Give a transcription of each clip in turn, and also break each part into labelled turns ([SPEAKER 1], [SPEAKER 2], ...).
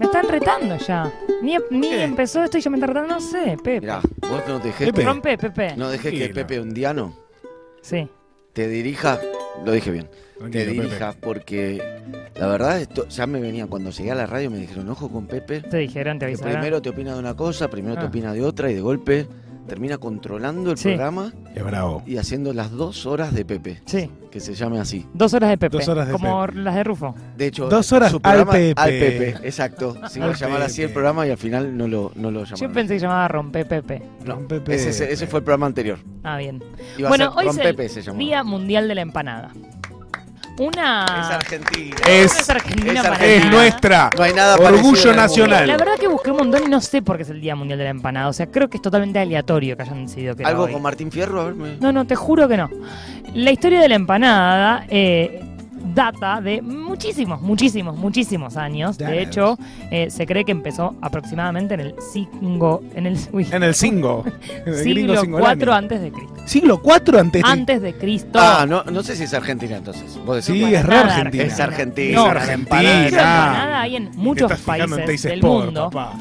[SPEAKER 1] están retando ya. Ni, ni
[SPEAKER 2] ¿Qué?
[SPEAKER 1] empezó esto y ya me están retando. No sé, Pepe.
[SPEAKER 3] Mirá, vos no dejés,
[SPEAKER 2] Pepe.
[SPEAKER 1] Rompe, Pepe.
[SPEAKER 3] no dejés que
[SPEAKER 2] Tranquilo.
[SPEAKER 3] Pepe Undiano
[SPEAKER 1] Sí.
[SPEAKER 3] te dirija, lo dije bien, te
[SPEAKER 2] Tranquilo, Pepe.
[SPEAKER 3] dirija porque la verdad esto ya me venía, cuando llegué a la radio me dijeron, ojo con Pepe,
[SPEAKER 1] Te dijeron, te
[SPEAKER 3] que
[SPEAKER 1] avisaron.
[SPEAKER 3] primero te opina de una cosa, primero te
[SPEAKER 1] Ah.
[SPEAKER 3] opina de otra y de golpe termina controlando el
[SPEAKER 1] Sí.
[SPEAKER 3] programa
[SPEAKER 2] Es bravo.
[SPEAKER 3] y haciendo las dos horas de Pepe,
[SPEAKER 1] Sí.
[SPEAKER 3] que se llame así.
[SPEAKER 1] Dos horas de Pepe.
[SPEAKER 2] Dos horas de
[SPEAKER 1] como las de Rufo.
[SPEAKER 3] De hecho,
[SPEAKER 2] Dos horas
[SPEAKER 3] su
[SPEAKER 2] al
[SPEAKER 3] programa-
[SPEAKER 2] Pepe.
[SPEAKER 3] exacto. Se iba a
[SPEAKER 2] Al
[SPEAKER 3] llamar así el
[SPEAKER 2] Pepe.
[SPEAKER 3] programa y al final no lo, no lo
[SPEAKER 1] Yo
[SPEAKER 3] llamaron.
[SPEAKER 1] pensé que llamaba Rompe Pepe.
[SPEAKER 3] No,
[SPEAKER 2] Don Pepe.
[SPEAKER 3] ese, ese- ese fue el programa anterior.
[SPEAKER 1] Ah, bien.
[SPEAKER 3] Iba
[SPEAKER 1] bueno,
[SPEAKER 3] a ser
[SPEAKER 1] hoy
[SPEAKER 3] Don
[SPEAKER 1] es
[SPEAKER 3] Pepe
[SPEAKER 1] el
[SPEAKER 3] se llamó.
[SPEAKER 1] Día Mundial de la Empanada.
[SPEAKER 3] Es
[SPEAKER 1] Una.
[SPEAKER 3] Argentina.
[SPEAKER 1] una
[SPEAKER 2] Es,
[SPEAKER 1] argentina
[SPEAKER 3] es
[SPEAKER 1] para
[SPEAKER 2] es
[SPEAKER 1] nada.
[SPEAKER 2] nuestra.
[SPEAKER 3] No hay nada
[SPEAKER 2] Orgullo
[SPEAKER 3] parecido en el
[SPEAKER 2] nacional.
[SPEAKER 1] La verdad que busqué un montón y no sé por qué es el Día Mundial de la Empanada. O sea, creo que es totalmente aleatorio que hayan decidido que
[SPEAKER 3] mundo.
[SPEAKER 1] era
[SPEAKER 3] Algo
[SPEAKER 1] hoy.
[SPEAKER 3] con Martín Fierro, a ver. me-
[SPEAKER 1] No, no, te juro que no. La historia de la empanada eh, data de muchísimos, muchísimos, muchísimos años.
[SPEAKER 2] Dale.
[SPEAKER 1] De hecho, eh, se cree que empezó aproximadamente en el 5 en el, uy,
[SPEAKER 2] En el cingo. En el
[SPEAKER 1] siglo
[SPEAKER 2] gringo cingolani.
[SPEAKER 1] 4 antes de Cristo.
[SPEAKER 2] Siglo 4 antes de-
[SPEAKER 1] Antes de Cristo.
[SPEAKER 3] Ah, no, no sé si es Argentina entonces. Vos
[SPEAKER 2] Sí,
[SPEAKER 3] decís,
[SPEAKER 1] para
[SPEAKER 3] bueno,
[SPEAKER 2] es re
[SPEAKER 1] nada,
[SPEAKER 2] argentina.
[SPEAKER 3] es Argentina.
[SPEAKER 1] No,
[SPEAKER 3] es Argentina.
[SPEAKER 1] Creo que
[SPEAKER 2] Argentina.
[SPEAKER 1] empanada hay en muchos
[SPEAKER 2] Te estás fijando en
[SPEAKER 1] países
[SPEAKER 2] Teis
[SPEAKER 1] del
[SPEAKER 2] Sport,
[SPEAKER 1] mundo.
[SPEAKER 2] papá.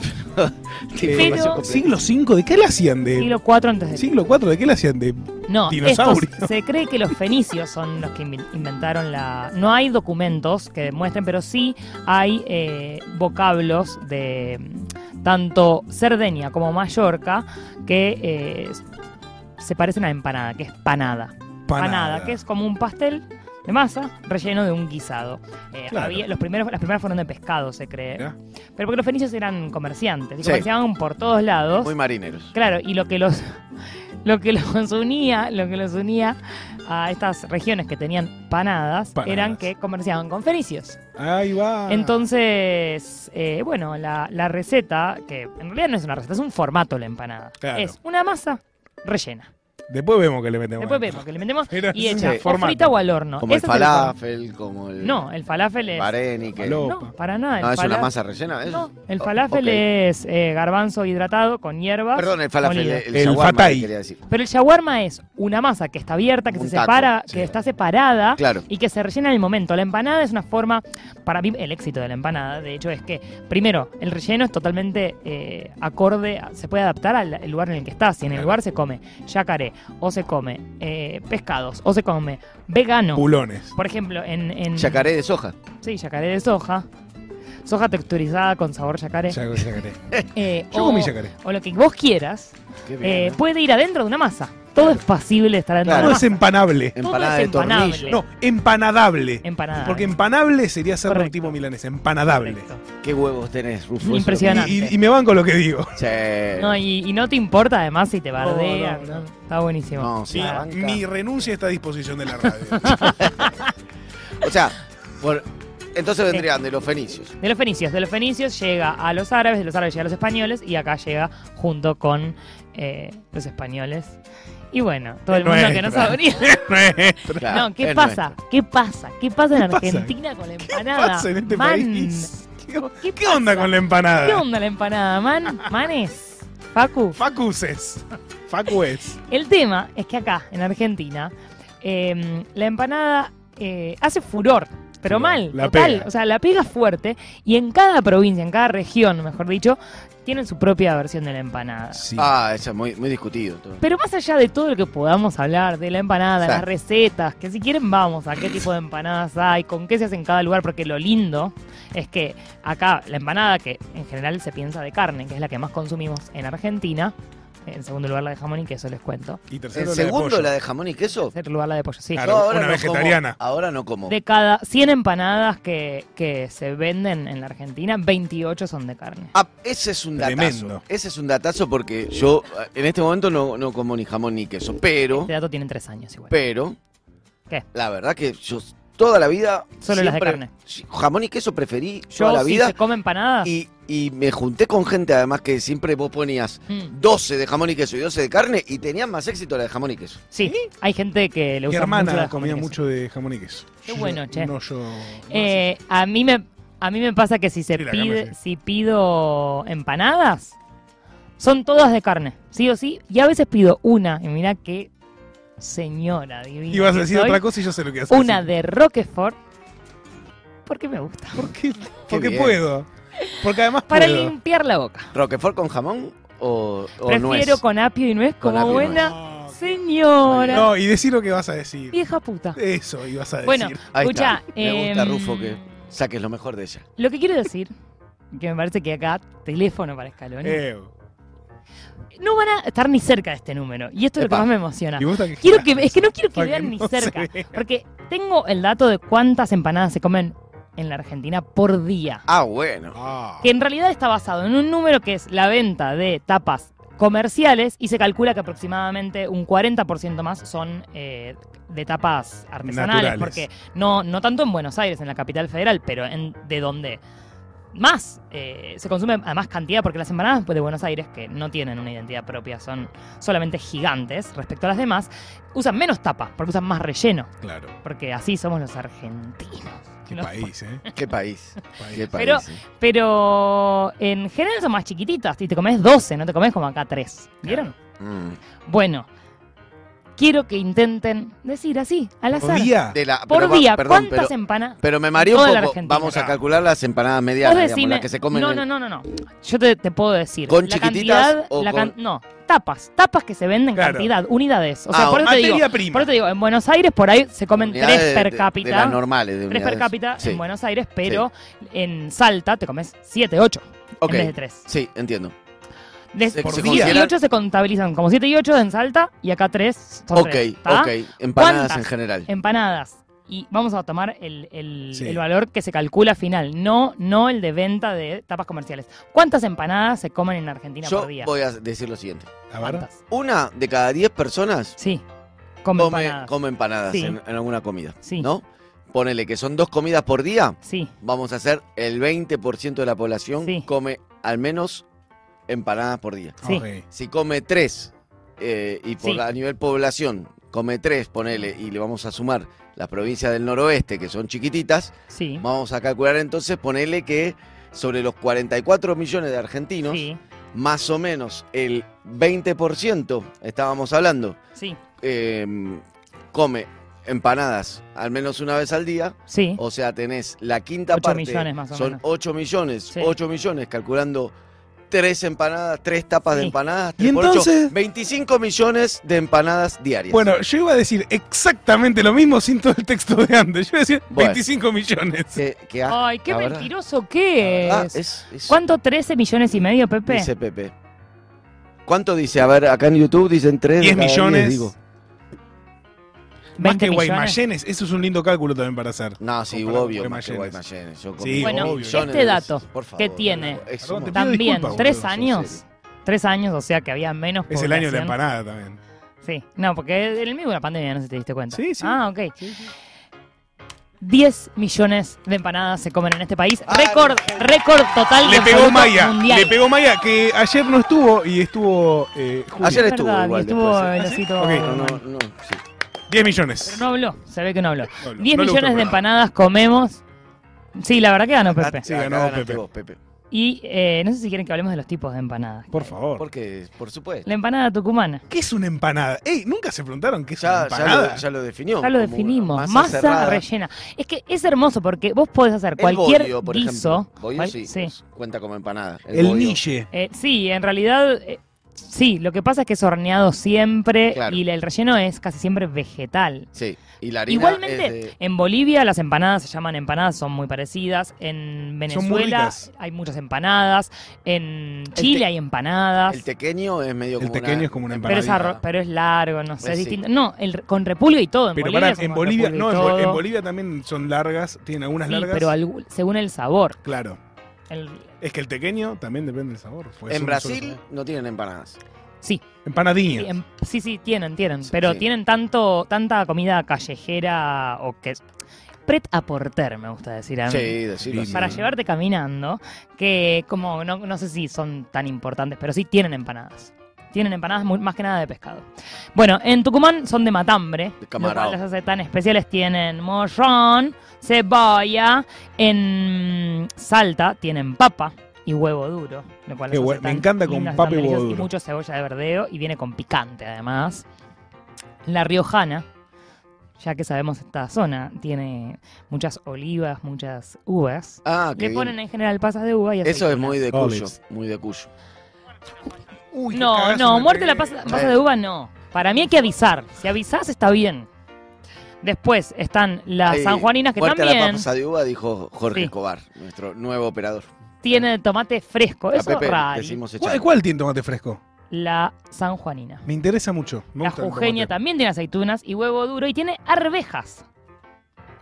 [SPEAKER 3] Tipo,
[SPEAKER 1] Pero-
[SPEAKER 3] no sé cómo-
[SPEAKER 2] Siglo 5, ¿de qué le hacían de
[SPEAKER 1] Siglo 4 antes de
[SPEAKER 2] Siglo 4, ¿de qué le hacían de
[SPEAKER 1] No, estos,
[SPEAKER 2] Dinosaurio.
[SPEAKER 1] se cree que los fenicios son los que inven- inventaron la... No hay documentos que demuestren, pero sí hay eh, vocablos de mm, tanto Cerdeña como Mallorca que eh, se parecen a empanada, que es panada. Panada, que es como un pastel de masa relleno de un guisado. Eh,
[SPEAKER 2] Claro.
[SPEAKER 1] había- los primeros, las primeras fueron de pescado, se cree.
[SPEAKER 2] Mirá.
[SPEAKER 1] Pero porque los fenicios eran comerciantes, y
[SPEAKER 3] Sí.
[SPEAKER 1] comerciaban por todos lados.
[SPEAKER 3] Muy marineros.
[SPEAKER 1] Claro, y lo que los lo que los unía, lo que los unía a estas regiones que tenían panadas,
[SPEAKER 2] Panadas.
[SPEAKER 1] eran que comerciaban con fenicios.
[SPEAKER 2] Ahí va.
[SPEAKER 1] Entonces, eh, bueno, la, la receta, que en realidad no es una receta, es un formato la empanada.
[SPEAKER 2] Claro.
[SPEAKER 1] Es una masa rellena.
[SPEAKER 2] Después vemos que le metemos.
[SPEAKER 1] Después vemos que le metemos
[SPEAKER 2] Pero
[SPEAKER 1] y
[SPEAKER 2] es
[SPEAKER 1] hecha
[SPEAKER 2] un
[SPEAKER 1] o
[SPEAKER 2] formato.
[SPEAKER 1] frita o al horno.
[SPEAKER 3] Como el
[SPEAKER 1] Ese es el form-
[SPEAKER 3] falafel, como el.
[SPEAKER 1] no, el falafel es...
[SPEAKER 3] Bareni, que.
[SPEAKER 2] Faló.
[SPEAKER 3] No,
[SPEAKER 1] No, para nada. el
[SPEAKER 3] es una
[SPEAKER 1] fala-
[SPEAKER 3] masa rellena. ¿es?
[SPEAKER 1] No, el
[SPEAKER 3] Oh,
[SPEAKER 1] falafel
[SPEAKER 3] ok.
[SPEAKER 1] es eh, garbanzo hidratado con hierbas.
[SPEAKER 3] Perdón, el falafel.
[SPEAKER 1] molido.
[SPEAKER 3] El,
[SPEAKER 2] El
[SPEAKER 3] shawarma,
[SPEAKER 2] fatay.
[SPEAKER 3] que quería decir.
[SPEAKER 1] Pero el shawarma es una masa que está abierta, que
[SPEAKER 3] Un
[SPEAKER 1] se
[SPEAKER 3] taco,
[SPEAKER 1] separa,
[SPEAKER 3] sí.
[SPEAKER 1] que está separada
[SPEAKER 3] Claro.
[SPEAKER 1] y que se rellena en el momento. La empanada es una forma, para mí el éxito de la empanada, de hecho, es que primero, el relleno es totalmente eh, acorde, a- se puede adaptar al al lugar en el que estás. Si en el
[SPEAKER 2] Claro.
[SPEAKER 1] lugar se come yacaré, o se come eh, pescados, o se come vegano.
[SPEAKER 2] Pulones.
[SPEAKER 1] Por ejemplo, en... en
[SPEAKER 3] Yacaré de soja.
[SPEAKER 1] Sí, yacaré de soja. Soja texturizada con sabor yacaré.
[SPEAKER 2] Ya- yacaré.
[SPEAKER 1] eh,
[SPEAKER 2] Yo
[SPEAKER 1] o-
[SPEAKER 2] comí yacaré.
[SPEAKER 1] o lo que vos quieras.
[SPEAKER 3] Qué bien.
[SPEAKER 1] Eh,
[SPEAKER 3] ¿eh?
[SPEAKER 1] puede ir adentro de una masa. Todo es pasible estar adentro
[SPEAKER 3] Claro.
[SPEAKER 2] No
[SPEAKER 1] de una
[SPEAKER 2] es
[SPEAKER 1] masa.
[SPEAKER 2] empanable.
[SPEAKER 1] todo
[SPEAKER 3] Empanada
[SPEAKER 1] es
[SPEAKER 3] de
[SPEAKER 1] empanable.
[SPEAKER 3] tornillo.
[SPEAKER 2] No, empanadable.
[SPEAKER 1] Empanada.
[SPEAKER 2] em- Porque empanable sería ser un
[SPEAKER 1] Correcto.
[SPEAKER 2] tipo milanesa. Empanadable.
[SPEAKER 1] Correcto.
[SPEAKER 3] Qué huevos tenés, Rufo. eso
[SPEAKER 1] Impresionante.
[SPEAKER 2] Y, y- y me van con lo que digo.
[SPEAKER 3] lo- Sí.
[SPEAKER 1] No, y, y no te importa además si te
[SPEAKER 2] no,
[SPEAKER 1] bardean.
[SPEAKER 2] no.
[SPEAKER 1] Está buenísimo.
[SPEAKER 3] No, sí,
[SPEAKER 2] Mi-
[SPEAKER 3] la banca.
[SPEAKER 2] mi renuncia está a disposición de la radio.
[SPEAKER 3] O sea, por- entonces vendrían de los fenicios.
[SPEAKER 1] De los fenicios. De los fenicios llega a los árabes, de los árabes llega a los españoles y acá llega junto con eh, los españoles. Y bueno, todo el mundo que no
[SPEAKER 2] Nuestra.
[SPEAKER 1] sabría.
[SPEAKER 2] Nuestra.
[SPEAKER 3] Claro,
[SPEAKER 1] no, ¿qué
[SPEAKER 3] es
[SPEAKER 1] pasa?
[SPEAKER 3] nuestro.
[SPEAKER 1] ¿Qué pasa? ¿Qué pasa en
[SPEAKER 2] ¿Qué pasa?
[SPEAKER 1] Argentina con la
[SPEAKER 2] ¿Qué
[SPEAKER 1] empanada?
[SPEAKER 2] pasa en este
[SPEAKER 1] Man,
[SPEAKER 2] país? ¿Qué,
[SPEAKER 1] ¿Qué
[SPEAKER 2] qué onda
[SPEAKER 1] pasa?
[SPEAKER 2] con la empanada?
[SPEAKER 1] ¿Qué onda la empanada, man? Manes, Facu.
[SPEAKER 2] Facuses. Facues.
[SPEAKER 1] El tema es que acá, en Argentina, eh, la empanada eh, hace furor, pero
[SPEAKER 2] Furor.
[SPEAKER 1] mal,
[SPEAKER 2] La
[SPEAKER 1] total.
[SPEAKER 2] pega.
[SPEAKER 1] O sea, la pega fuerte y en cada provincia, en cada región, mejor dicho, tienen su propia versión de la empanada.
[SPEAKER 2] Sí.
[SPEAKER 3] Ah, eso es muy, muy discutido. todo.
[SPEAKER 1] Pero más allá de todo lo que podamos hablar, de la empanada,
[SPEAKER 3] Sí.
[SPEAKER 1] las recetas, que si quieren vamos a qué tipo de empanadas hay, con qué se hace en cada lugar, porque lo lindo es que acá la empanada, que en general se piensa de carne, que es la que más consumimos en Argentina, en segundo lugar la de jamón y queso, les cuento.
[SPEAKER 2] y
[SPEAKER 3] ¿En
[SPEAKER 2] tercero la de
[SPEAKER 3] segundo
[SPEAKER 2] pollo.
[SPEAKER 3] la de jamón y queso?
[SPEAKER 1] tercer lugar la de pollo, sí.
[SPEAKER 2] Claro, una vegetariana.
[SPEAKER 3] Como, ahora no como.
[SPEAKER 1] De cada 100 empanadas que, que se venden en la Argentina, 28 son de carne.
[SPEAKER 3] Ah, ese es un datazo.
[SPEAKER 2] Tremendo.
[SPEAKER 3] Ese es un datazo porque yo eh, en este momento no, no como ni jamón ni queso. Pero,
[SPEAKER 1] Este dato tiene 3 años igual.
[SPEAKER 3] pero.
[SPEAKER 1] ¿Qué?
[SPEAKER 3] La verdad que yo toda la vida.
[SPEAKER 1] Solo las de
[SPEAKER 3] siempre-
[SPEAKER 1] carne.
[SPEAKER 3] sí, Jamón y queso preferí
[SPEAKER 1] Yo,
[SPEAKER 3] toda la
[SPEAKER 1] si
[SPEAKER 3] vida.
[SPEAKER 1] se come empanadas,
[SPEAKER 3] Y, y me junté con gente además que siempre vos ponías
[SPEAKER 1] mm,
[SPEAKER 3] 12 de jamón y queso y 12 de carne y tenían más éxito la de jamón y queso.
[SPEAKER 1] sí, hay gente que le
[SPEAKER 2] Mi
[SPEAKER 1] gusta mucho
[SPEAKER 2] hermana
[SPEAKER 1] la
[SPEAKER 2] comía
[SPEAKER 1] jamonesa.
[SPEAKER 2] mucho de jamón y queso.
[SPEAKER 1] Qué
[SPEAKER 2] Yo-
[SPEAKER 1] bueno, che.
[SPEAKER 2] No, yo. no
[SPEAKER 1] Eh, a mí me a mí me pasa que si se
[SPEAKER 2] Sí, la carne,
[SPEAKER 1] pide
[SPEAKER 2] sí.
[SPEAKER 1] si pido empanadas son todas de carne, sí o sí, y a veces pido una y mira qué señora
[SPEAKER 2] sé.
[SPEAKER 1] divina.
[SPEAKER 2] Ibas a
[SPEAKER 1] que
[SPEAKER 2] decir
[SPEAKER 1] soy.
[SPEAKER 2] otra cosa y yo sé lo que haces.
[SPEAKER 1] una de Roquefort porque me gusta.
[SPEAKER 2] ¿Por qué?
[SPEAKER 3] Qué
[SPEAKER 2] Porque
[SPEAKER 3] bien.
[SPEAKER 2] puedo. Porque además
[SPEAKER 1] Para
[SPEAKER 2] puedo.
[SPEAKER 1] limpiar la boca.
[SPEAKER 3] ¿Roquefort con jamón o, o
[SPEAKER 1] Prefiero
[SPEAKER 3] nuez?
[SPEAKER 1] con apio y nuez
[SPEAKER 3] Con
[SPEAKER 1] como
[SPEAKER 3] apio y
[SPEAKER 1] buena
[SPEAKER 2] No,
[SPEAKER 1] señora.
[SPEAKER 2] No, y decir lo que vas a decir.
[SPEAKER 1] Vieja puta.
[SPEAKER 2] Eso ibas a decir.
[SPEAKER 1] Bueno,
[SPEAKER 3] Ahí
[SPEAKER 1] escucha.
[SPEAKER 3] está. Me gusta,
[SPEAKER 1] em,
[SPEAKER 3] Rufo, que saques lo mejor de ella.
[SPEAKER 1] Lo que quiero decir, que me parece que acá teléfono para escalones,
[SPEAKER 2] Eh,
[SPEAKER 1] no van a estar ni cerca de este número. Y esto es lo
[SPEAKER 3] Epa.
[SPEAKER 1] que más me emociona.
[SPEAKER 2] y vos estás
[SPEAKER 1] Quiero que, es que no quiero que
[SPEAKER 2] Para que
[SPEAKER 1] vean ni
[SPEAKER 2] no se
[SPEAKER 1] cerca.
[SPEAKER 2] vea.
[SPEAKER 1] Porque tengo el dato de cuántas empanadas se comen en la Argentina por día.
[SPEAKER 3] Ah, bueno.
[SPEAKER 2] Ah.
[SPEAKER 1] Que en realidad está basado en un número que es la venta de tapas comerciales y se calcula que aproximadamente un 40% más son eh, de tapas artesanales.
[SPEAKER 2] Naturales.
[SPEAKER 1] Porque no, no tanto en Buenos Aires, en la capital federal, pero en, de donde más eh, se consume, además cantidad, porque las empanadas pues, de Buenos Aires, que no tienen una identidad propia, son solamente gigantes respecto a las demás, usan menos tapas, porque usan más relleno,
[SPEAKER 2] Claro.
[SPEAKER 1] porque así somos los argentinos.
[SPEAKER 2] Qué
[SPEAKER 1] ¿no?
[SPEAKER 2] país, ¿eh?
[SPEAKER 3] Qué país.
[SPEAKER 2] País.
[SPEAKER 3] Qué país. eh.
[SPEAKER 1] Pero-
[SPEAKER 3] sí.
[SPEAKER 1] Pero en general son más chiquititas. Y te comes 12, no te comes como acá 3. ¿Vieron?
[SPEAKER 3] Mm.
[SPEAKER 1] Bueno, quiero que intenten decir así, al azar.
[SPEAKER 2] Día.
[SPEAKER 3] De la-
[SPEAKER 1] Por
[SPEAKER 3] pero va-
[SPEAKER 1] día,
[SPEAKER 3] perdón,
[SPEAKER 1] ¿cuántas
[SPEAKER 3] pero,
[SPEAKER 1] empanadas?
[SPEAKER 3] pero me mareo
[SPEAKER 1] Toda la
[SPEAKER 3] un poco.
[SPEAKER 1] Argentina.
[SPEAKER 3] Vamos a
[SPEAKER 2] Pará.
[SPEAKER 3] calcular las empanadas medianas,
[SPEAKER 1] Vos
[SPEAKER 3] digamos,
[SPEAKER 1] decime-
[SPEAKER 3] las que se comen.
[SPEAKER 1] No,
[SPEAKER 3] en-
[SPEAKER 1] no, no, no, no. Yo te, te puedo decir.
[SPEAKER 3] ¿Con
[SPEAKER 1] la
[SPEAKER 3] chiquititas
[SPEAKER 1] cantidad,
[SPEAKER 3] o
[SPEAKER 1] la
[SPEAKER 3] con-
[SPEAKER 1] can- No, tapas. Tapas que se venden
[SPEAKER 2] Claro.
[SPEAKER 1] cantidad, unidades. O sea,
[SPEAKER 3] Ah,
[SPEAKER 1] por eso te digo.
[SPEAKER 2] Materia prima.
[SPEAKER 1] Por eso te digo, en Buenos Aires por ahí se comen
[SPEAKER 3] Unidades
[SPEAKER 1] 3
[SPEAKER 3] de-
[SPEAKER 1] per
[SPEAKER 3] de-
[SPEAKER 1] cápita.
[SPEAKER 3] De, las normales. De
[SPEAKER 1] 3 per
[SPEAKER 3] unidades.
[SPEAKER 1] cápita
[SPEAKER 3] Sí,
[SPEAKER 1] en Buenos Aires, pero en Salta te comes 7, 8
[SPEAKER 3] ok.
[SPEAKER 1] en vez de 3.
[SPEAKER 3] Sí, entiendo.
[SPEAKER 1] Des-
[SPEAKER 3] Se-
[SPEAKER 1] por
[SPEAKER 2] se
[SPEAKER 1] siete y
[SPEAKER 3] consideran-
[SPEAKER 1] 8 se contabilizan como 7 y 8 en Salta y acá 3 son
[SPEAKER 3] Ok,
[SPEAKER 1] tres, ¿tá?
[SPEAKER 3] ok. Empanadas
[SPEAKER 1] ¿Cuántas?
[SPEAKER 3] en general.
[SPEAKER 1] Empanadas. Y vamos a tomar el, el-
[SPEAKER 2] Sí.
[SPEAKER 1] el valor que se calcula final, no, no el de venta de tapas comerciales. ¿Cuántas empanadas se comen en Argentina
[SPEAKER 3] Yo
[SPEAKER 1] por día?
[SPEAKER 3] voy a decir lo siguiente.
[SPEAKER 2] A ver.
[SPEAKER 1] ¿Cuántas?
[SPEAKER 3] Una de cada diez personas
[SPEAKER 1] Sí, come,
[SPEAKER 3] come,
[SPEAKER 1] empanadas.
[SPEAKER 3] come empanadas
[SPEAKER 1] Sí.
[SPEAKER 3] en, en alguna comida.
[SPEAKER 1] Sí.
[SPEAKER 3] ¿No? Ponele que son dos comidas por día.
[SPEAKER 1] Sí,
[SPEAKER 3] Vamos a hacer el 20% de la población
[SPEAKER 1] Sí.
[SPEAKER 3] come al menos empanadas por día.
[SPEAKER 1] sí.
[SPEAKER 2] Ok.
[SPEAKER 3] Si come tres eh, y por,
[SPEAKER 1] Sí.
[SPEAKER 3] a nivel población come tres, ponele, y le vamos a sumar las provincias del noroeste que son chiquititas,
[SPEAKER 1] sí,
[SPEAKER 3] vamos a calcular entonces, ponele que sobre los 44 millones de argentinos,
[SPEAKER 1] sí,
[SPEAKER 3] más o menos el 20%, estábamos hablando,
[SPEAKER 1] sí,
[SPEAKER 3] eh, come empanadas al menos una vez al día.
[SPEAKER 1] sí.
[SPEAKER 3] O sea, tenés la quinta
[SPEAKER 1] Ocho
[SPEAKER 3] parte.
[SPEAKER 1] millones, más o
[SPEAKER 3] son
[SPEAKER 1] menos.
[SPEAKER 3] 8 millones.
[SPEAKER 1] Sí.
[SPEAKER 3] 8 millones, calculando tres empanadas, tres tapas de
[SPEAKER 1] Sí.
[SPEAKER 3] empanadas.
[SPEAKER 2] Y
[SPEAKER 3] tres por ocho,
[SPEAKER 2] entonces-
[SPEAKER 3] 25 millones de empanadas diarias.
[SPEAKER 2] Bueno, yo iba a decir exactamente lo mismo sin todo el texto de antes. Yo iba a decir
[SPEAKER 3] Bueno.
[SPEAKER 2] 25 millones.
[SPEAKER 3] Que- que ha-
[SPEAKER 1] Ay, qué
[SPEAKER 3] la verdad-
[SPEAKER 1] mentiroso
[SPEAKER 3] la
[SPEAKER 1] que
[SPEAKER 3] verdad Ah,
[SPEAKER 1] es.
[SPEAKER 3] es- es-
[SPEAKER 1] ¿Cuánto? ¿13 millones y medio, Pepe?
[SPEAKER 3] Dice Pepe. ¿Cuánto dice? A ver, acá en YouTube dicen 3
[SPEAKER 2] 10 millones.
[SPEAKER 3] digo.
[SPEAKER 2] Más que
[SPEAKER 1] 20 millones.
[SPEAKER 2] Guaymayenes. Eso es un lindo cálculo también para hacer.
[SPEAKER 3] No, sí,
[SPEAKER 2] Comparado
[SPEAKER 3] obvio.
[SPEAKER 2] con
[SPEAKER 3] más que
[SPEAKER 2] Guaymallén.
[SPEAKER 3] Guaymallén, yo
[SPEAKER 2] Sí,
[SPEAKER 3] comí
[SPEAKER 1] Bueno,
[SPEAKER 2] obvio.
[SPEAKER 3] millones
[SPEAKER 1] este
[SPEAKER 3] de
[SPEAKER 1] dato
[SPEAKER 3] veces, por favor,
[SPEAKER 1] que tiene
[SPEAKER 2] Perdón,
[SPEAKER 3] es un
[SPEAKER 2] te
[SPEAKER 3] montón.
[SPEAKER 2] pido
[SPEAKER 1] También,
[SPEAKER 2] disculpas,
[SPEAKER 1] tres
[SPEAKER 2] boludo,
[SPEAKER 1] años. Tres años, o sea que había menos
[SPEAKER 2] Es el año de la
[SPEAKER 1] población.
[SPEAKER 2] empanada también.
[SPEAKER 1] Sí, no, porque en el medio de la pandemia, no sé si te diste cuenta.
[SPEAKER 2] Sí, sí.
[SPEAKER 1] Ah, ok. 10 millones de empanadas se comen en este país. Récord, récord total
[SPEAKER 2] Ah, Le
[SPEAKER 1] y
[SPEAKER 2] pegó
[SPEAKER 1] absoluto
[SPEAKER 2] Maya.
[SPEAKER 1] mundial.
[SPEAKER 2] Le pegó Maya, que ayer no estuvo y estuvo. Eh, Julio.
[SPEAKER 3] Ayer
[SPEAKER 1] Es
[SPEAKER 3] estuvo
[SPEAKER 1] verdad,
[SPEAKER 3] igual
[SPEAKER 1] y estuvo
[SPEAKER 3] después, ¿eh?
[SPEAKER 1] el
[SPEAKER 2] ¿Ah, sí?
[SPEAKER 1] osito-
[SPEAKER 2] Ok,
[SPEAKER 3] No, no, no, sí.
[SPEAKER 2] 10 millones.
[SPEAKER 1] Pero no habló, se ve que no habló.
[SPEAKER 2] No habló.
[SPEAKER 1] 10
[SPEAKER 2] No le gustó,
[SPEAKER 1] millones de
[SPEAKER 2] pero-
[SPEAKER 1] empanadas comemos. Sí, la verdad que ganó Pepe.
[SPEAKER 3] Ah,
[SPEAKER 2] Sí,
[SPEAKER 3] acá
[SPEAKER 2] ganó
[SPEAKER 3] ganaste
[SPEAKER 2] Pepe.
[SPEAKER 3] vos, Pepe.
[SPEAKER 1] Y eh, no sé si quieren que hablemos de los tipos de empanadas.
[SPEAKER 2] Por favor.
[SPEAKER 3] Porque, por supuesto.
[SPEAKER 1] La empanada tucumana.
[SPEAKER 2] ¿Qué es una empanada? Ey, nunca se preguntaron qué es una
[SPEAKER 3] Ya, ya lo,
[SPEAKER 2] empanada.
[SPEAKER 3] ya lo definió.
[SPEAKER 1] Ya lo
[SPEAKER 3] como
[SPEAKER 1] definimos,
[SPEAKER 3] una
[SPEAKER 1] masa,
[SPEAKER 3] cerrada.
[SPEAKER 1] rellena. Es que es hermoso porque vos podés hacer
[SPEAKER 3] El
[SPEAKER 1] cualquier
[SPEAKER 3] bollo, por
[SPEAKER 1] guiso.
[SPEAKER 3] Ejemplo. Bollo
[SPEAKER 1] cual-
[SPEAKER 3] sí,
[SPEAKER 1] sí.
[SPEAKER 3] pues, cuenta como empanada.
[SPEAKER 2] el
[SPEAKER 3] bollo.
[SPEAKER 2] niche.
[SPEAKER 1] Eh, sí, en realidad, eh, sí, lo que pasa es que es horneado siempre
[SPEAKER 3] Claro.
[SPEAKER 1] y la- el relleno es casi siempre vegetal.
[SPEAKER 3] Sí, y la harina
[SPEAKER 1] Igualmente,
[SPEAKER 3] es de-
[SPEAKER 1] en Bolivia las empanadas se llaman empanadas, son muy parecidas. En
[SPEAKER 2] muy
[SPEAKER 1] Venezuela
[SPEAKER 2] ricas.
[SPEAKER 1] hay muchas empanadas. En Chile
[SPEAKER 3] te-
[SPEAKER 1] hay empanadas.
[SPEAKER 3] El tequeño es medio
[SPEAKER 2] El
[SPEAKER 3] como una...
[SPEAKER 2] tequeño es como una
[SPEAKER 1] Pero es,
[SPEAKER 2] empanadita.
[SPEAKER 1] arro- pero es largo, no sé,
[SPEAKER 3] Pues
[SPEAKER 1] es
[SPEAKER 3] sí.
[SPEAKER 1] distinto. No, el- con repulga y todo. En
[SPEAKER 2] Pero
[SPEAKER 1] Bolivia
[SPEAKER 2] pará,
[SPEAKER 1] hacemos
[SPEAKER 2] en
[SPEAKER 1] con
[SPEAKER 2] Bolivia,
[SPEAKER 1] repulga
[SPEAKER 2] no,
[SPEAKER 1] y
[SPEAKER 2] en, Bo- en
[SPEAKER 1] todo.
[SPEAKER 2] Bolivia también son largas, tienen algunas
[SPEAKER 1] Sí,
[SPEAKER 2] largas.
[SPEAKER 1] pero algún- según el sabor.
[SPEAKER 2] Claro.
[SPEAKER 1] El-
[SPEAKER 2] Es que el tequeño también depende del sabor. pues es
[SPEAKER 3] En
[SPEAKER 2] un
[SPEAKER 3] Brasil
[SPEAKER 2] solo sabor.
[SPEAKER 3] no tienen empanadas.
[SPEAKER 1] sí,
[SPEAKER 2] Empanadinha.
[SPEAKER 1] Sí, em- sí, sí, tienen, tienen.
[SPEAKER 3] Sí,
[SPEAKER 1] pero
[SPEAKER 3] sí.
[SPEAKER 1] tienen tanto, tanta comida callejera o que. Pret a porter, me gusta decir a mí.
[SPEAKER 3] Sí, decirlo así.
[SPEAKER 1] Ah, Para
[SPEAKER 2] Mm.
[SPEAKER 1] llevarte caminando, que como no, no sé si son tan importantes, pero sí tienen empanadas. Tienen empanadas mu- más que nada de pescado. Bueno, en Tucumán son de matambre.
[SPEAKER 3] De
[SPEAKER 1] lo cual
[SPEAKER 3] camarao.
[SPEAKER 1] las hace tan especiales. Tienen morrón, cebolla. En Salta tienen papa y huevo duro. Lo cual
[SPEAKER 2] Qué
[SPEAKER 1] las hace
[SPEAKER 2] bueno, me
[SPEAKER 1] tan
[SPEAKER 2] encanta con
[SPEAKER 1] lindas,
[SPEAKER 2] papa
[SPEAKER 1] tan
[SPEAKER 2] y huevo
[SPEAKER 1] deliciosas,
[SPEAKER 2] duro.
[SPEAKER 1] mucho cebolla de verdeo y viene con picante además. La riojana ya que sabemos esta zona tiene muchas olivas, muchas uvas.
[SPEAKER 3] Ah, qué
[SPEAKER 1] Le
[SPEAKER 3] bien.
[SPEAKER 1] ponen en general pasas de uva y
[SPEAKER 3] Eso es
[SPEAKER 1] aceitunas.
[SPEAKER 3] muy de Cuyo,
[SPEAKER 2] Olives.
[SPEAKER 3] muy de Cuyo.
[SPEAKER 2] Uy, qué
[SPEAKER 1] No,
[SPEAKER 2] cagazo
[SPEAKER 1] no,
[SPEAKER 2] me
[SPEAKER 1] muerte la
[SPEAKER 2] pegué.
[SPEAKER 1] pasa, pasa de uva no. Para mí hay que avisar. Si avisás está bien. Después están las
[SPEAKER 3] Ahí,
[SPEAKER 1] sanjuaninas que
[SPEAKER 3] muerte a la
[SPEAKER 1] también
[SPEAKER 3] pasa de uva, dijo Jorge
[SPEAKER 1] Sí.
[SPEAKER 3] Escobar, nuestro nuevo operador.
[SPEAKER 1] tiene tomate fresco.
[SPEAKER 3] A
[SPEAKER 1] Eso es
[SPEAKER 3] Pepe
[SPEAKER 1] raro.
[SPEAKER 3] decimos echar.
[SPEAKER 2] ¿Cuál, cuál tiene tomate fresco?
[SPEAKER 1] La sanjuanina.
[SPEAKER 2] Me interesa mucho. me
[SPEAKER 1] La
[SPEAKER 2] gusta el
[SPEAKER 1] jujeña
[SPEAKER 2] tomate.
[SPEAKER 1] también tiene aceitunas y huevo duro y tiene arvejas.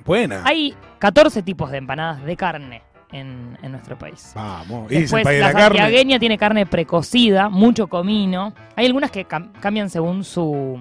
[SPEAKER 2] Buena.
[SPEAKER 1] Hay 14 tipos de empanadas de carne en, en nuestro país.
[SPEAKER 2] Vamos, y es el
[SPEAKER 1] Después,
[SPEAKER 2] país de
[SPEAKER 1] la
[SPEAKER 2] la carne.
[SPEAKER 1] santiagueña tiene carne precocida, mucho comino. Hay algunas que cam- cambian según su,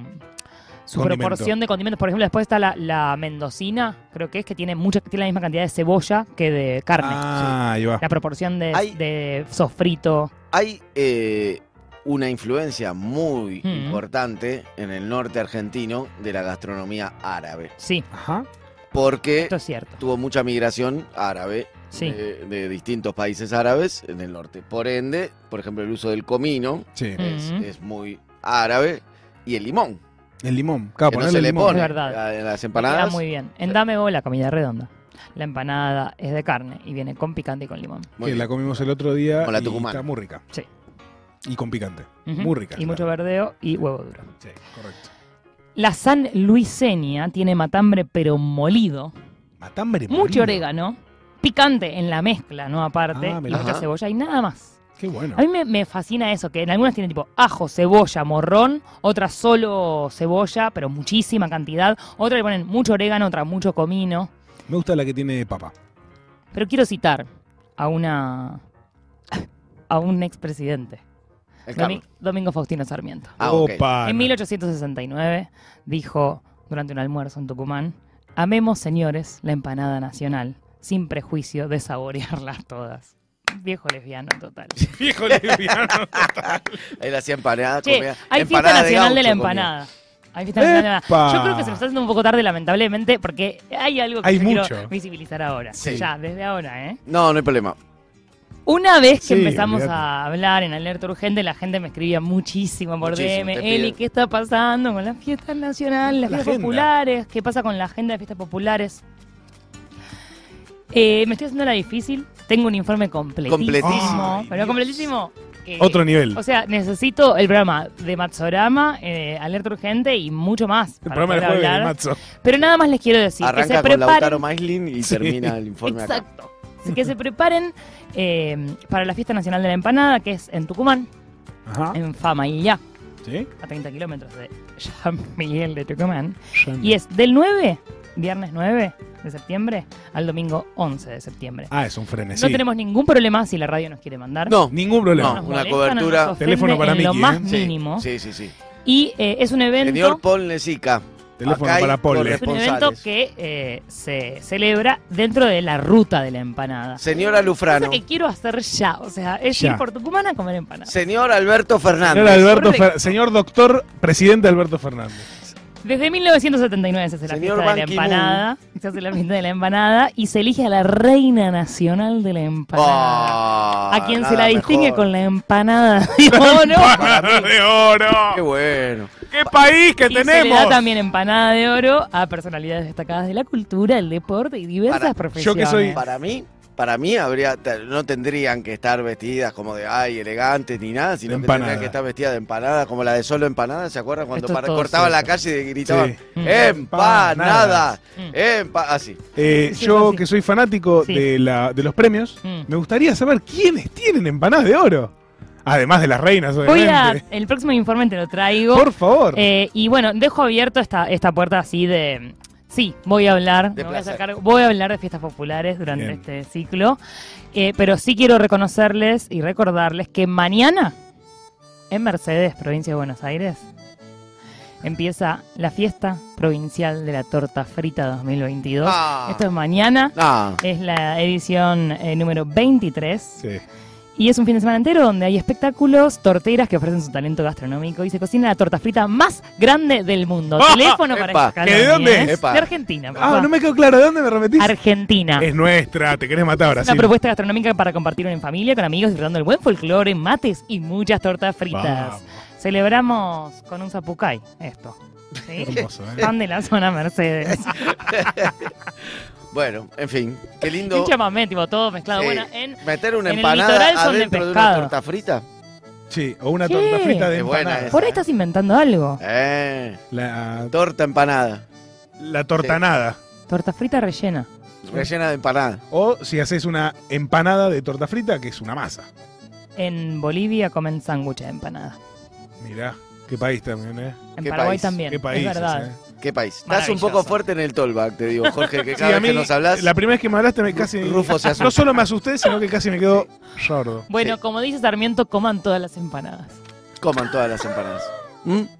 [SPEAKER 1] su
[SPEAKER 2] Condimento.
[SPEAKER 1] proporción de condimentos. Por ejemplo, después está la, la mendocina, creo que es que tiene mucha, tiene la misma cantidad de cebolla que de carne.
[SPEAKER 2] Ah, ahí va.
[SPEAKER 1] La proporción de,
[SPEAKER 3] Hay-
[SPEAKER 1] de sofrito.
[SPEAKER 3] Hay eh, una influencia muy
[SPEAKER 1] Mm.
[SPEAKER 3] importante en el norte argentino de la gastronomía árabe,
[SPEAKER 1] Sí,
[SPEAKER 2] Ajá.
[SPEAKER 3] porque
[SPEAKER 1] esto es cierto.
[SPEAKER 3] tuvo mucha migración árabe
[SPEAKER 1] Sí.
[SPEAKER 3] de, de distintos países árabes en el norte. Por ende, por ejemplo, el uso del comino
[SPEAKER 2] Sí.
[SPEAKER 1] Mm.
[SPEAKER 3] es, es muy árabe y el limón,
[SPEAKER 1] Mm.
[SPEAKER 2] El limón. Claro,
[SPEAKER 3] que no
[SPEAKER 2] ponele
[SPEAKER 3] se
[SPEAKER 2] el
[SPEAKER 3] le
[SPEAKER 2] Ah, limón.
[SPEAKER 3] pone
[SPEAKER 1] Es verdad.
[SPEAKER 3] a- en las
[SPEAKER 1] Queda
[SPEAKER 3] empanadas.
[SPEAKER 1] muy bien. En Damebo, la comida redonda. La empanada es de carne y viene con picante y con limón.
[SPEAKER 3] Muy
[SPEAKER 2] que la
[SPEAKER 3] bien.
[SPEAKER 2] comimos el otro día.
[SPEAKER 3] Con la
[SPEAKER 2] y
[SPEAKER 3] tucumana.
[SPEAKER 2] Está muy rica.
[SPEAKER 1] Sí.
[SPEAKER 2] Y con picante.
[SPEAKER 1] Ujú.
[SPEAKER 2] Muy rica,
[SPEAKER 1] Y
[SPEAKER 2] claro.
[SPEAKER 1] mucho verdeo y huevo duro.
[SPEAKER 2] Sí, correcto.
[SPEAKER 1] La San Luiseña tiene matambre pero molido,
[SPEAKER 2] Matambre.
[SPEAKER 1] mucho
[SPEAKER 2] molido.
[SPEAKER 1] orégano, picante en la mezcla, ¿no? Aparte,
[SPEAKER 2] Ah,
[SPEAKER 1] y
[SPEAKER 2] mirá.
[SPEAKER 1] mucha
[SPEAKER 3] Ajá.
[SPEAKER 1] cebolla y nada más.
[SPEAKER 2] Qué bueno.
[SPEAKER 1] A mí me, me fascina eso, que en algunas tienen tipo ajo, cebolla, morrón, otras solo cebolla, pero muchísima cantidad, otras le ponen mucho orégano, otras mucho comino.
[SPEAKER 2] Me gusta la que tiene papa.
[SPEAKER 1] Pero quiero citar a una... a un expresidente,
[SPEAKER 3] El
[SPEAKER 1] Domi-
[SPEAKER 3] carne.
[SPEAKER 1] Domingo Faustino Sarmiento.
[SPEAKER 3] Ah, ok.
[SPEAKER 2] Opa.
[SPEAKER 1] En 1869 dijo durante un almuerzo en Tucumán, amemos señores la empanada nacional, sin prejuicio de saborearlas todas. Viejo lesbiano total.
[SPEAKER 2] Viejo lesbiano.
[SPEAKER 3] Él hacía empanadas,
[SPEAKER 1] Che,
[SPEAKER 3] comía
[SPEAKER 1] hay fiesta
[SPEAKER 3] empanadas
[SPEAKER 1] nacional de, la
[SPEAKER 3] gaucho, comía.
[SPEAKER 1] empanada. Hay fiesta nacional de la empanada.
[SPEAKER 2] ¡Epa!
[SPEAKER 1] Yo creo que se nos está haciendo un poco tarde, lamentablemente, porque hay algo que
[SPEAKER 2] Hay
[SPEAKER 1] yo quiero
[SPEAKER 2] mucho.
[SPEAKER 1] visibilizar ahora.
[SPEAKER 3] Sí.
[SPEAKER 1] Ya, desde ahora, ¿eh?
[SPEAKER 3] No, no hay problema.
[SPEAKER 1] Una vez que
[SPEAKER 2] Sí,
[SPEAKER 1] empezamos
[SPEAKER 2] olvídate.
[SPEAKER 1] a hablar en Alerta Urgente, la gente me escribía muchísimo por
[SPEAKER 3] Muchísimo,
[SPEAKER 1] DM.
[SPEAKER 3] te piden.
[SPEAKER 1] Eli, ¿qué está pasando con las fiestas nacionales, las
[SPEAKER 2] La
[SPEAKER 1] fiestas
[SPEAKER 2] agenda.
[SPEAKER 1] populares? ¿Qué pasa con la agenda de fiestas populares? Eh, me estoy haciendo la difícil. Tengo un informe completísimo.
[SPEAKER 3] Completísimo.
[SPEAKER 2] Ay,
[SPEAKER 1] pero
[SPEAKER 2] Dios.
[SPEAKER 1] completísimo. eh,
[SPEAKER 2] Otro nivel.
[SPEAKER 1] O sea, necesito el programa de Matsorama, eh, Alerta Urgente y mucho más.
[SPEAKER 2] el
[SPEAKER 1] para
[SPEAKER 2] programa del
[SPEAKER 1] poder
[SPEAKER 2] jueves de
[SPEAKER 1] hablar.
[SPEAKER 2] Matzo.
[SPEAKER 1] Pero nada más les quiero decir que se
[SPEAKER 3] Arranca con
[SPEAKER 1] preparen.
[SPEAKER 3] Lautaro Maislin y
[SPEAKER 2] Sí.
[SPEAKER 3] termina el informe acá.
[SPEAKER 1] Exacto. Así que se preparen eh, para la Fiesta Nacional de la Empanada, que es en Tucumán,
[SPEAKER 2] Ajá.
[SPEAKER 1] en Famaillá,
[SPEAKER 2] ¿Sí?
[SPEAKER 1] a 30 kilómetros de San Miguel de Tucumán. Y es del 9, viernes 9 de septiembre, al domingo 11 de septiembre.
[SPEAKER 2] Ah, es un frenesí.
[SPEAKER 1] No tenemos ningún problema si la radio nos quiere mandar.
[SPEAKER 3] No,
[SPEAKER 2] Ningún
[SPEAKER 1] No
[SPEAKER 2] problema.
[SPEAKER 1] nos
[SPEAKER 3] una
[SPEAKER 1] molesta,
[SPEAKER 3] cobertura.
[SPEAKER 1] no nos ofende
[SPEAKER 2] Teléfono para
[SPEAKER 1] en lo
[SPEAKER 2] Miki,
[SPEAKER 1] más
[SPEAKER 2] ¿eh?
[SPEAKER 3] Sí,
[SPEAKER 1] mínimo.
[SPEAKER 3] Sí, sí, sí.
[SPEAKER 1] Y eh, es un evento...
[SPEAKER 3] Señor Paul Sica.
[SPEAKER 2] Teléfono
[SPEAKER 3] Acá hay
[SPEAKER 2] para Pole.
[SPEAKER 1] Es un evento
[SPEAKER 3] responsables.
[SPEAKER 1] que eh, se celebra dentro de la ruta de la empanada.
[SPEAKER 3] Señora
[SPEAKER 1] Cosa
[SPEAKER 3] Lufrano.
[SPEAKER 1] que quiero hacer ya. O sea, es
[SPEAKER 2] Ya.
[SPEAKER 1] ir por Tucumán a comer empanadas.
[SPEAKER 3] Señor Alberto Fernández.
[SPEAKER 2] Señor, Alberto
[SPEAKER 1] Correcto.
[SPEAKER 2] Fer- señor doctor, presidente Alberto Fernández.
[SPEAKER 1] Desde 1979 se hace la
[SPEAKER 3] Señor
[SPEAKER 1] fiesta de la
[SPEAKER 3] Ban Ki-moon.
[SPEAKER 1] empanada. Se hace la fiesta de la empanada y se elige a la reina nacional de la empanada.
[SPEAKER 3] Ah,
[SPEAKER 1] a quien se
[SPEAKER 3] nada
[SPEAKER 1] la distingue
[SPEAKER 3] mejor.
[SPEAKER 1] con la empanada de oro.
[SPEAKER 2] ¡Panadero de
[SPEAKER 3] Qué
[SPEAKER 2] oro!
[SPEAKER 3] bueno.
[SPEAKER 2] ¡Qué país
[SPEAKER 1] Y
[SPEAKER 2] que
[SPEAKER 1] se le da
[SPEAKER 2] tenemos!
[SPEAKER 1] también empanada de oro a personalidades destacadas de la cultura, el deporte y diversas
[SPEAKER 3] Para- yo
[SPEAKER 1] profesiones.
[SPEAKER 2] que soy-
[SPEAKER 3] Para mí, para mí habría, te- no tendrían que estar vestidas como de ay, elegantes ni nada, sino
[SPEAKER 2] De
[SPEAKER 3] que
[SPEAKER 2] empanada.
[SPEAKER 3] tendrían que estar vestidas de empanada, como la de solo empanada, ¿se acuerdan? Cuando
[SPEAKER 1] Esto es
[SPEAKER 3] para-
[SPEAKER 1] todo
[SPEAKER 3] cortaban la
[SPEAKER 1] cierto.
[SPEAKER 3] calle y gritaban,
[SPEAKER 2] Sí.
[SPEAKER 1] Mm.
[SPEAKER 3] Eh, empanada,
[SPEAKER 1] Mm.
[SPEAKER 3] empa así.
[SPEAKER 2] Eh,
[SPEAKER 1] Sí,
[SPEAKER 2] yo
[SPEAKER 1] sí.
[SPEAKER 2] que soy fanático
[SPEAKER 1] Sí.
[SPEAKER 2] de, la, de los premios,
[SPEAKER 1] Mm.
[SPEAKER 2] me gustaría saber quiénes tienen empanadas de oro. Además de las reinas,
[SPEAKER 1] Voy a.
[SPEAKER 2] obviamente.
[SPEAKER 1] El próximo informe te lo traigo.
[SPEAKER 2] Por favor.
[SPEAKER 1] Eh, y bueno, dejo abierto esta, esta puerta así de. Sí, voy a hablar.
[SPEAKER 3] De
[SPEAKER 1] me voy, a
[SPEAKER 3] placer.
[SPEAKER 1] sacar- voy a hablar de fiestas populares durante
[SPEAKER 2] Bien.
[SPEAKER 1] este ciclo. Eh, pero sí quiero reconocerles y recordarles que mañana, en Mercedes, provincia de Buenos Aires, empieza la fiesta provincial de la torta frita 2022.
[SPEAKER 3] Ah.
[SPEAKER 1] Esto es mañana.
[SPEAKER 3] Ah,
[SPEAKER 1] Es la edición eh, número 23.
[SPEAKER 2] Sí.
[SPEAKER 1] Y es un fin de semana entero donde hay espectáculos, torteras que ofrecen su talento gastronómico y se cocina la torta frita más grande del mundo.
[SPEAKER 2] ¡Ah!
[SPEAKER 1] Teléfono para
[SPEAKER 3] ¡Epa!
[SPEAKER 1] Scaloni,
[SPEAKER 2] ¿Que de dónde?
[SPEAKER 1] ¿eh?
[SPEAKER 3] ¡Epa!
[SPEAKER 1] De Argentina, papá.
[SPEAKER 2] Ah, no me quedó claro. ¿De dónde me remetís?
[SPEAKER 1] Argentina.
[SPEAKER 2] Es nuestra. Te querés matar,
[SPEAKER 1] Es una
[SPEAKER 2] Brasil.
[SPEAKER 1] propuesta gastronómica para compartir en familia, con amigos, disfrutando del buen folclore, mates y muchas tortas fritas.
[SPEAKER 2] Vamos.
[SPEAKER 1] Celebramos con un zapucay esto. ¿sí?
[SPEAKER 2] Hermoso, ¿eh?
[SPEAKER 1] Fan de la zona Mercedes.
[SPEAKER 3] Bueno, en fin, qué lindo.
[SPEAKER 1] Un chamamé, tipo, todo mezclado.
[SPEAKER 3] Sí.
[SPEAKER 1] Bueno, en
[SPEAKER 3] Meter una
[SPEAKER 1] en el litoral
[SPEAKER 3] empanada
[SPEAKER 1] son de
[SPEAKER 3] adentro de una
[SPEAKER 1] pescado.
[SPEAKER 3] torta frita.
[SPEAKER 2] Sí, o una
[SPEAKER 1] ¿Qué?
[SPEAKER 2] torta frita de
[SPEAKER 3] Qué buena
[SPEAKER 2] empanada.
[SPEAKER 3] esa.
[SPEAKER 1] Por ahí estás inventando algo.
[SPEAKER 3] Eh,
[SPEAKER 2] La,
[SPEAKER 3] torta empanada.
[SPEAKER 2] la tortanada.
[SPEAKER 1] Torta frita rellena.
[SPEAKER 3] Rellena de empanada.
[SPEAKER 2] O si haces una empanada de torta frita, que es una masa.
[SPEAKER 1] En Bolivia comen sándwiches de empanada.
[SPEAKER 2] Mirá, qué país también, ¿eh?
[SPEAKER 1] En
[SPEAKER 3] Qué
[SPEAKER 1] Paraguay
[SPEAKER 3] país,
[SPEAKER 1] también.
[SPEAKER 2] qué eh? país.
[SPEAKER 1] es verdad.
[SPEAKER 3] ¿Qué país? Estás un poco
[SPEAKER 1] Maravilloso.
[SPEAKER 3] fuerte en el tollback, te digo, Jorge, que
[SPEAKER 2] Sí,
[SPEAKER 3] cada
[SPEAKER 2] a
[SPEAKER 3] vez que
[SPEAKER 2] mí,
[SPEAKER 3] nos hablas,
[SPEAKER 2] la primera vez que me hablaste me casi...
[SPEAKER 3] Rufo se
[SPEAKER 2] No
[SPEAKER 3] asusta.
[SPEAKER 2] solo me asusté, sino que casi me quedo sordo.
[SPEAKER 1] Bueno,
[SPEAKER 3] Sí.
[SPEAKER 1] como dice Sarmiento, coman todas las empanadas.
[SPEAKER 3] Coman todas las empanadas. ¿Mm?